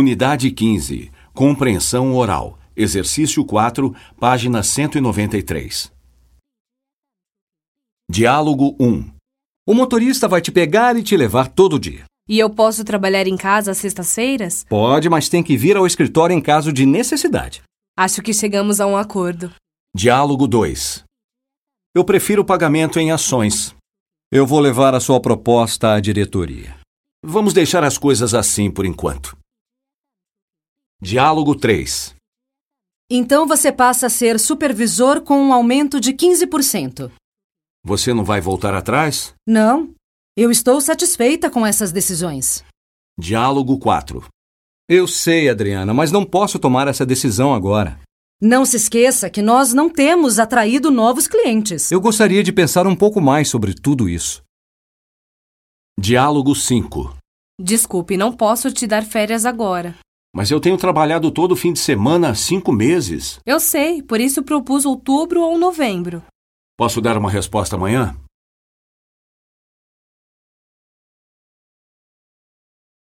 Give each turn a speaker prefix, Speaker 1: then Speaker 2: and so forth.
Speaker 1: Unidade 15. Compreensão oral. Exercício 4, página 193. Diálogo 1.
Speaker 2: O motorista vai te pegar e te levar todo dia.
Speaker 3: E eu posso trabalhar em casa às sextas-feiras?
Speaker 2: Pode, mas tem que vir ao escritório em caso de necessidade.
Speaker 3: Acho que chegamos a um acordo.
Speaker 1: Diálogo 2.
Speaker 2: Eu prefiro pagamento em ações. Eu vou levar a sua proposta à diretoria.
Speaker 1: Vamos deixar as coisas assim por enquanto. Diálogo 3.
Speaker 4: Então você passa a ser supervisor com um aumento de 15%.
Speaker 1: Você não vai voltar atrás?
Speaker 4: Não, eu estou satisfeita com essas decisões.
Speaker 1: Diálogo 4.
Speaker 2: Eu sei, Adriana, mas não posso tomar essa decisão agora.
Speaker 4: Não se esqueça que nós não temos atraído novos clientes.
Speaker 2: Eu gostaria de pensar um pouco mais sobre tudo isso.
Speaker 1: Diálogo 5.
Speaker 3: Desculpe, não posso te dar férias agora.
Speaker 1: Mas eu tenho trabalhado todo fim de semana há cinco meses.
Speaker 3: Eu sei, por isso propus outubro ou novembro.
Speaker 1: Posso dar uma resposta amanhã?